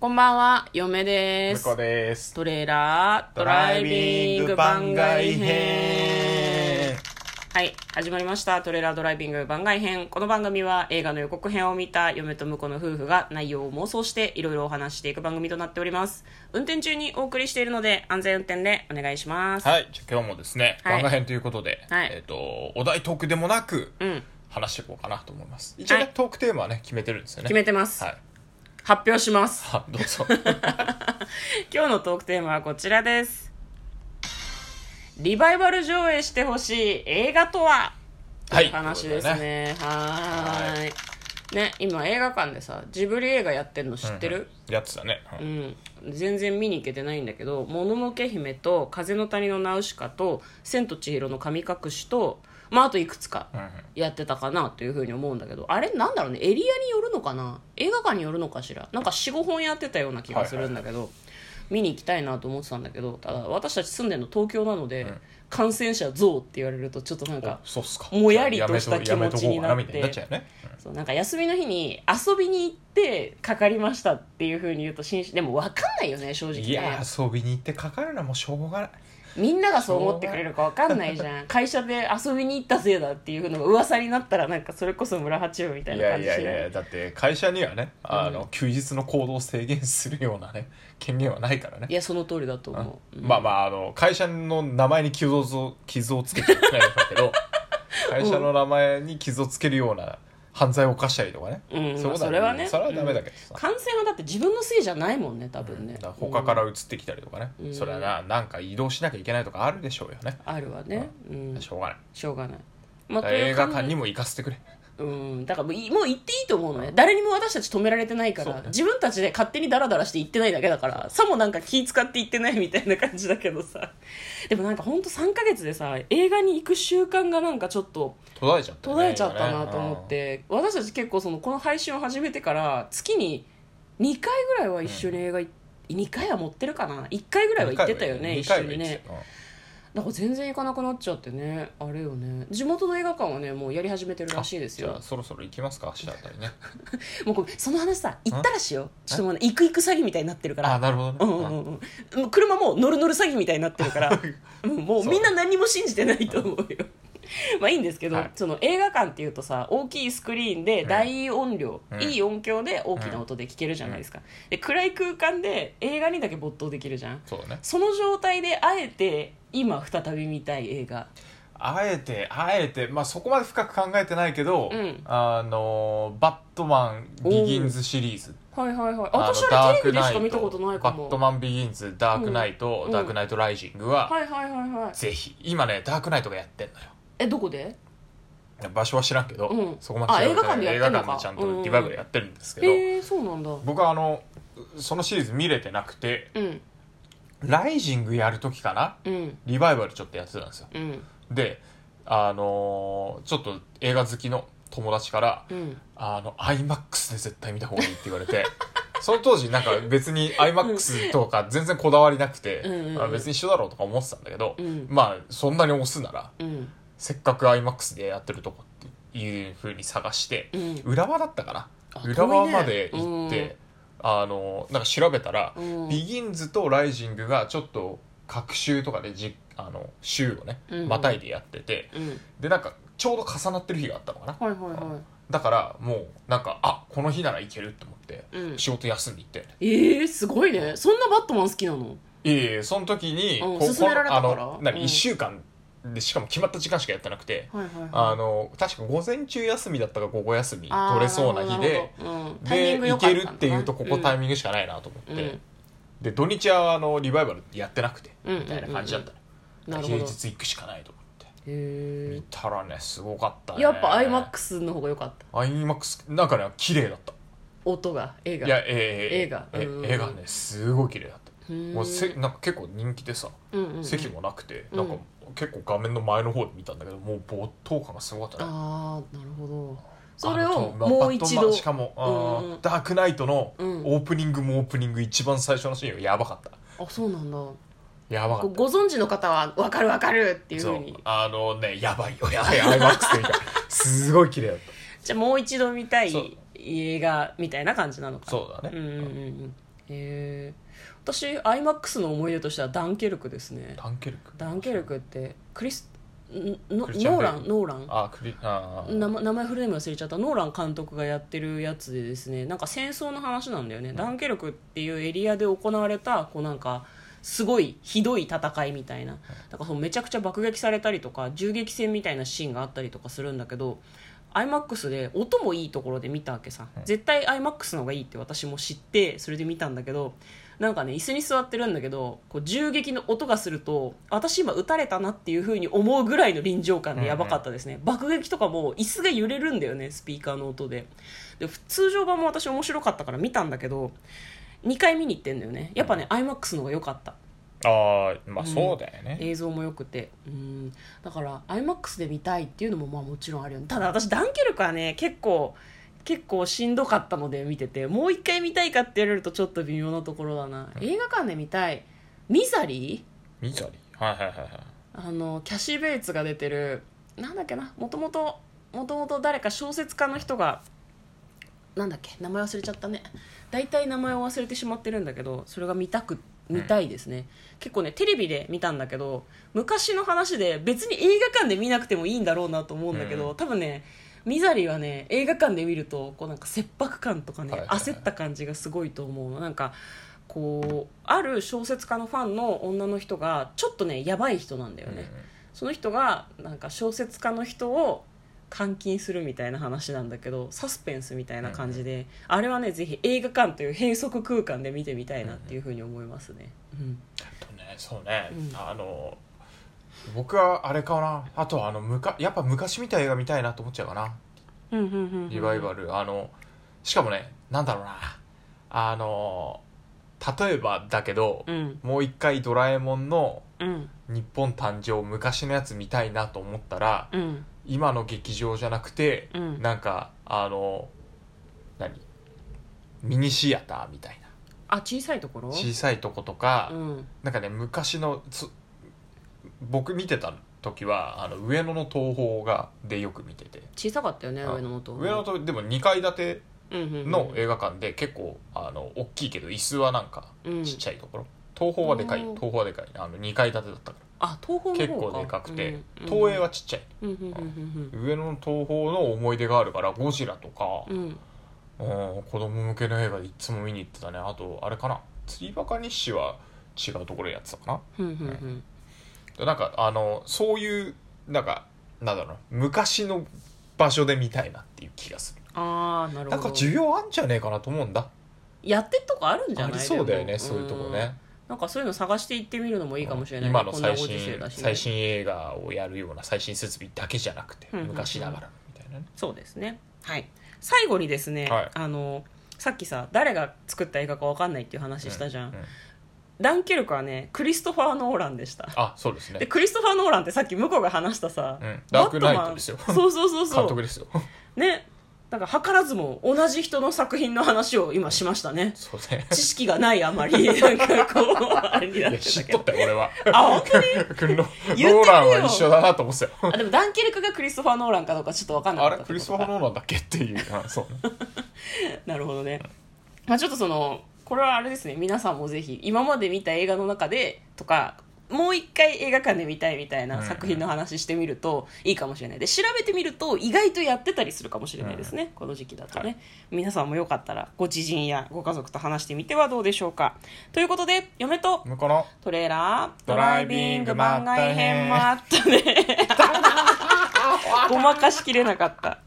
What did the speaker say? こんばんは、嫁です。向こうですトレーラードライビング番外編。はい、始まりました。トレーラードライビング番外編。この番組は映画の予告編を見た嫁と婿の夫婦が内容を妄想していろいろお話ししていく番組となっております。運転中にお送りしているので安全運転でお願いします。はいじゃあ今日もですね、はい番外編ということで、はいえっ、とお題トークでもなく、ん話していこうかなと思います一応ね、はいトークテーマはね決めてるんですよね決めてます。はい発表します。はど うぞ今日のトークテーマはこちらです。リバイバル上映してほしい映画とははい話ですねはーいね今映画館でさジブリ映画やってんの知ってる、やつだね、ううんん全然見に行けてないんだけど「もののけ姫」と「風の谷のナウシカ」と「千と千尋の神隠しと」まああといくつかうんやってたかなというふうに思うんだけどあれなんだろうねエリアによるのかな映画館によるのかしらなんか45本やってたような気がするんだけど、見に行きたいなと思ってたんだけどただ私たち住んでるの東京なので、感染者増って言われるとちょっとなんかおそうっすかもやりとした気持ちになってやめとこうかみたいになっちゃうよね、そうなんか休みの日に遊びに行ってかかりましたっていうふうに言うと紳士でも分かんないよね正うん直ねいやー遊びに行ってかかるのはもうしょうがないみんながそう思ってくれるか分かんないじ ゃん会社で遊びに行ったせいだっていうのが噂になったらなんかそれこそ村八郎みたいいなや感いじしやいやだって会社にはねあの、休日の行動を制限するようなね権限はないからねいやその通りだと思う、まあまああの会社の名前に傷を傷をつけてないんだけ ど会社の名前に傷をつけるような犯罪を犯したりとかね、うんそういうことそれはねそれはダメだけどさ、感染はだって自分のせいじゃないもんね多分ね、だから他から移ってきたりとかね、うんそれはななんか移動しなきゃいけないとかあるでしょうよね、あるわね、うん、しょうがないしょうがない、まだから映画館にもも行かせてくれうんだからもういもう行っていいと思うのね誰にも私たち止められてないかそうら、ね自分たちで勝手にダラダラして行ってないだけだからさもなんか気使って行ってないみたいな感じだけどさでもなんかほんと3ヶ月でさ映画に行く習慣がなんかちょっと途絶えちゃっ途たよ絶ね、えちゃったなと思って、私たち結構そのこの配信を始めてから月に2回ぐらいは一緒に映画行って。2回は持ってるかな1回ぐらいは行ってたよね2一緒回には行ってねたよだから全然行かなくなっちゃってねあれよね地元の映画館はねもうやり始めてるらしいですじゃよあそろそろ行きますか明日あたりねもうこれその話さ行ったらしいよちょっともうね行く行く詐欺みたいになってるかあらなるほどね、うんうんうんうんもう車も乗る乗る詐欺みたいになってるから うんもうみんな何も信じてないと思うよ まあいいんですけど、はいその映画館っていうとさ大きいスクリーンでん大音量、うんいい音響で大きな音で聴けるじゃないですか、で暗い空間で映画にだけ没頭できるじゃんそうだねその状態であえて今再び見たい映画あえてあえて、まあ、そこまで深く考えてないけど、うんあのバットマンビギンズシリーズはいはいはいあの私はダねテーレクビでナしイかト見たことないかバッもトマンビギンズダークナイト、うんダークナイトライジングは、はいはいはいはいぜひ今ねダークナイトがやってんのよえどこで場所は知らんけど、うんそこまで調べてないあ映画館でやってんのか映画館でちゃんとリバイバルやってるんですけど、へえそうなんだう僕はあのそのシリーズ見れてなくてんライジングやる時かなうんリバイバルちょっとやってたんですようんであのーちょっと映画好きの友達からうんあの iMAX で絶対見た方がいいって言われて その当時なんか別に iMAX とか全然こだわりなくて、うんうんうんまあ別に一緒だろうとか思ってたんだけど、うんまあそんなに押すならうんせっかく iMAX でやってるとこっていうふうに探して、うん浦和だったかあな浦遠和いねまで行って、うんあのなんか調べたら、うんビギンズとライジングがちょっと隔週とかでじあの週をねうんうんまたいでやってて、うんでなんかちょうど重なってる日があったのかな、はいはいはだからもうなんかあこの日ならいけると思って、うん仕事休んで行っていえー、すごいねそんなバットマン好きなのいえいえその時に、うんこ勧められたからこのあの何、うん1週間でしかも決まった時間しかやってなくて、はいはいはいあの確か午前中休みだったか午後休みあー取れそうな日でるほどうんタイミでング良行かったんけだるなっていうとここタイミングしかないなと思って、うんで土日はあのリバイバルやってなくてうんみたいな感じだっうた、んうんうんなるほ平ど日行くしかないと思ってへ見たらねすごかったーねやっぱ iMAX の方が良かったアイマックスなんかね綺麗だった音が映画いや、映えー、画えうん映画ねすごい綺麗だったうんもうせなんか結構人気でさ、うんうんうん席もなくて、うんなんか結構画面の前の方で見たんだけどもう没頭感がすごかったねああなるほどそれをあのもう一バットマ度ンしかも、あーうんうんダークナイトのオうんープニングもオープニング一番最初のシーンはやばかったあそうなんだやばかごっご存知の方は分かる分かるってたいうふそううにあのねやばいよやばいアイマックスで見たすごい綺麗だっじゃあもう一度見たそうい映画みたいな感じなのかたそうだうね、んうんうんえー、私 IMAX の思い出としてはダンケルクですねダンケルクダンケルクってクリスんのノクリスチャンーランベノーランあクリあー名前名前フルネーム忘れちゃったノーラン監督がやってるやつでですねなんか戦争の話なんだよね、ダンケルクっていうエリアで行われたこうなんかすごいひどい戦いみたいななんかそのめちゃくちゃ爆撃されたりとか銃撃戦みたいなシーンがあったりとかするんだけど iMAX で音もいいところで見たわけさ、絶対 iMAX の方がいいって私も知ってそれで見たんだけどなんかね椅子に座ってるんだけどこう銃撃の音がすると私今撃たれたなっていう風に思うぐらいの臨場感でやばかったですね、爆撃とかも椅子が揺れるんだよねスピーカーの音でで通常版も私面白かったから見たんだけど2回見に行ってんだよねやっぱね iMAX の方が良かったあーまあそうだよね、映像も良くてうんだから iMAX で見たいっていうのもまあもちろんあるよねただ私ダンケルクはね結構結構しんどかったので見ててもう一回見たいかって言われるとちょっと微妙なところだな、映画館で見たいミザリミザリーはいはいはいはいーあのキャシー・ベイツが出てるなんだっけなもともともともと誰か小説家の人がなんだっけ名前忘れちゃったね大体名前を忘れてしまってるんだけどそれが見たく見たいですね、結構ねテレビで見たんだけど昔の話で別に映画館で見なくてもいいんだろうなと思うんだけど、う多分ねミザリーはね映画館で見るとこうなんか切迫感とかね、はいはいはい焦った感じがすごいと思うなんかこうある小説家のファンの女の人がちょっとねやばい人なんだようんね、うんその人がなんか小説家の人を監禁するみたいな話なんだけどサスペンスみたいな感じで、あれはねぜひ映画館という閉塞空間で見てみたいなっていうふうに思いますね、うんあとねそうね、うんあの僕はあれかなあとはあのむかやっぱ昔見た映画見たいなと思っちゃうかなうんうんうんうんリバイバルあのしかもねなんだろうなあの例えばだけど、うんもう一回「ドラえもん」のうん日本誕生昔のやつ見たいなと思ったらうん今の劇場じゃなくて、うんなんかあの何ミニシアターみたいなあ小さいところ小さいとことか、うんなんかね昔のつ僕見てた時はあの上野の東宝がでよく見てて小さかったよねあ上野のと上野の東宝でも2階建てのの映画館で結構あの大きいけど椅子はなんかうんちっちゃいところ、東宝はでかいおー東宝はでかいあの2階建てだったかあ東ら宝結の方構でかくて、うん東映はちっちゃいうんうんうん上野の東宝の思い出があるからゴジラとかう、んうんうん、子供向けの映画でいつも見に行ってたねあとあれかな釣りバカ日誌は違うところでやってたかなうんうんうんでなんかあのそういうなんかなんだろうな昔の場所で見たいなっていう気がするああなるなほんどか需要あんじゃねえかなと思うんだやってるとこあるんじゃあないりそうだよでねもそういうとこんねなんかそういうの探していってみるのもいいかもしれない、ね、今のこんな最ご新時世だし、ね、最新映画をやるような最新設備だけじゃなくてうんうんうん昔ながらのみたいなねそうですねはい最後にですね、はいあのさっきさ誰が作った映画かわかんないっていう話したじゃん、ううダンケルクはねクリストファー・ノーランでしたあそうですでねクリストファー・ノーランってさっき向こうが話したさ、うんバダーックトマナンイトですよそうそうそう監そ督ですようねなんか図らずも同じ人の作品の話を今しましたね そうね知識がないあま りなんかこうあれにいなっやて知たっけとどったよ俺はあ本当に君のロ言ってみようーランは一緒だなと思ってたよあでもダンケルクがクリストファー・ノーランかどうかちょっと分かんなかあったっれてことかクリストファー・ノーランだっけっていうあそうねなるほどね、まあ、ちょっとそのこれはあれですね皆さんもぜひ今まで見た映画の中でとかもう一回映画館で見たいみたいな作品の話してみるといいかもしれないで調べてみると意外とやってたりするかもしれないですね、この時期だとね、は皆さんもよかったらご知人やご家族と話してみてはどうでしょうかということで嫁と向こうのトレーラードドライビング番番外外編編 もあったねごまかしきれなかった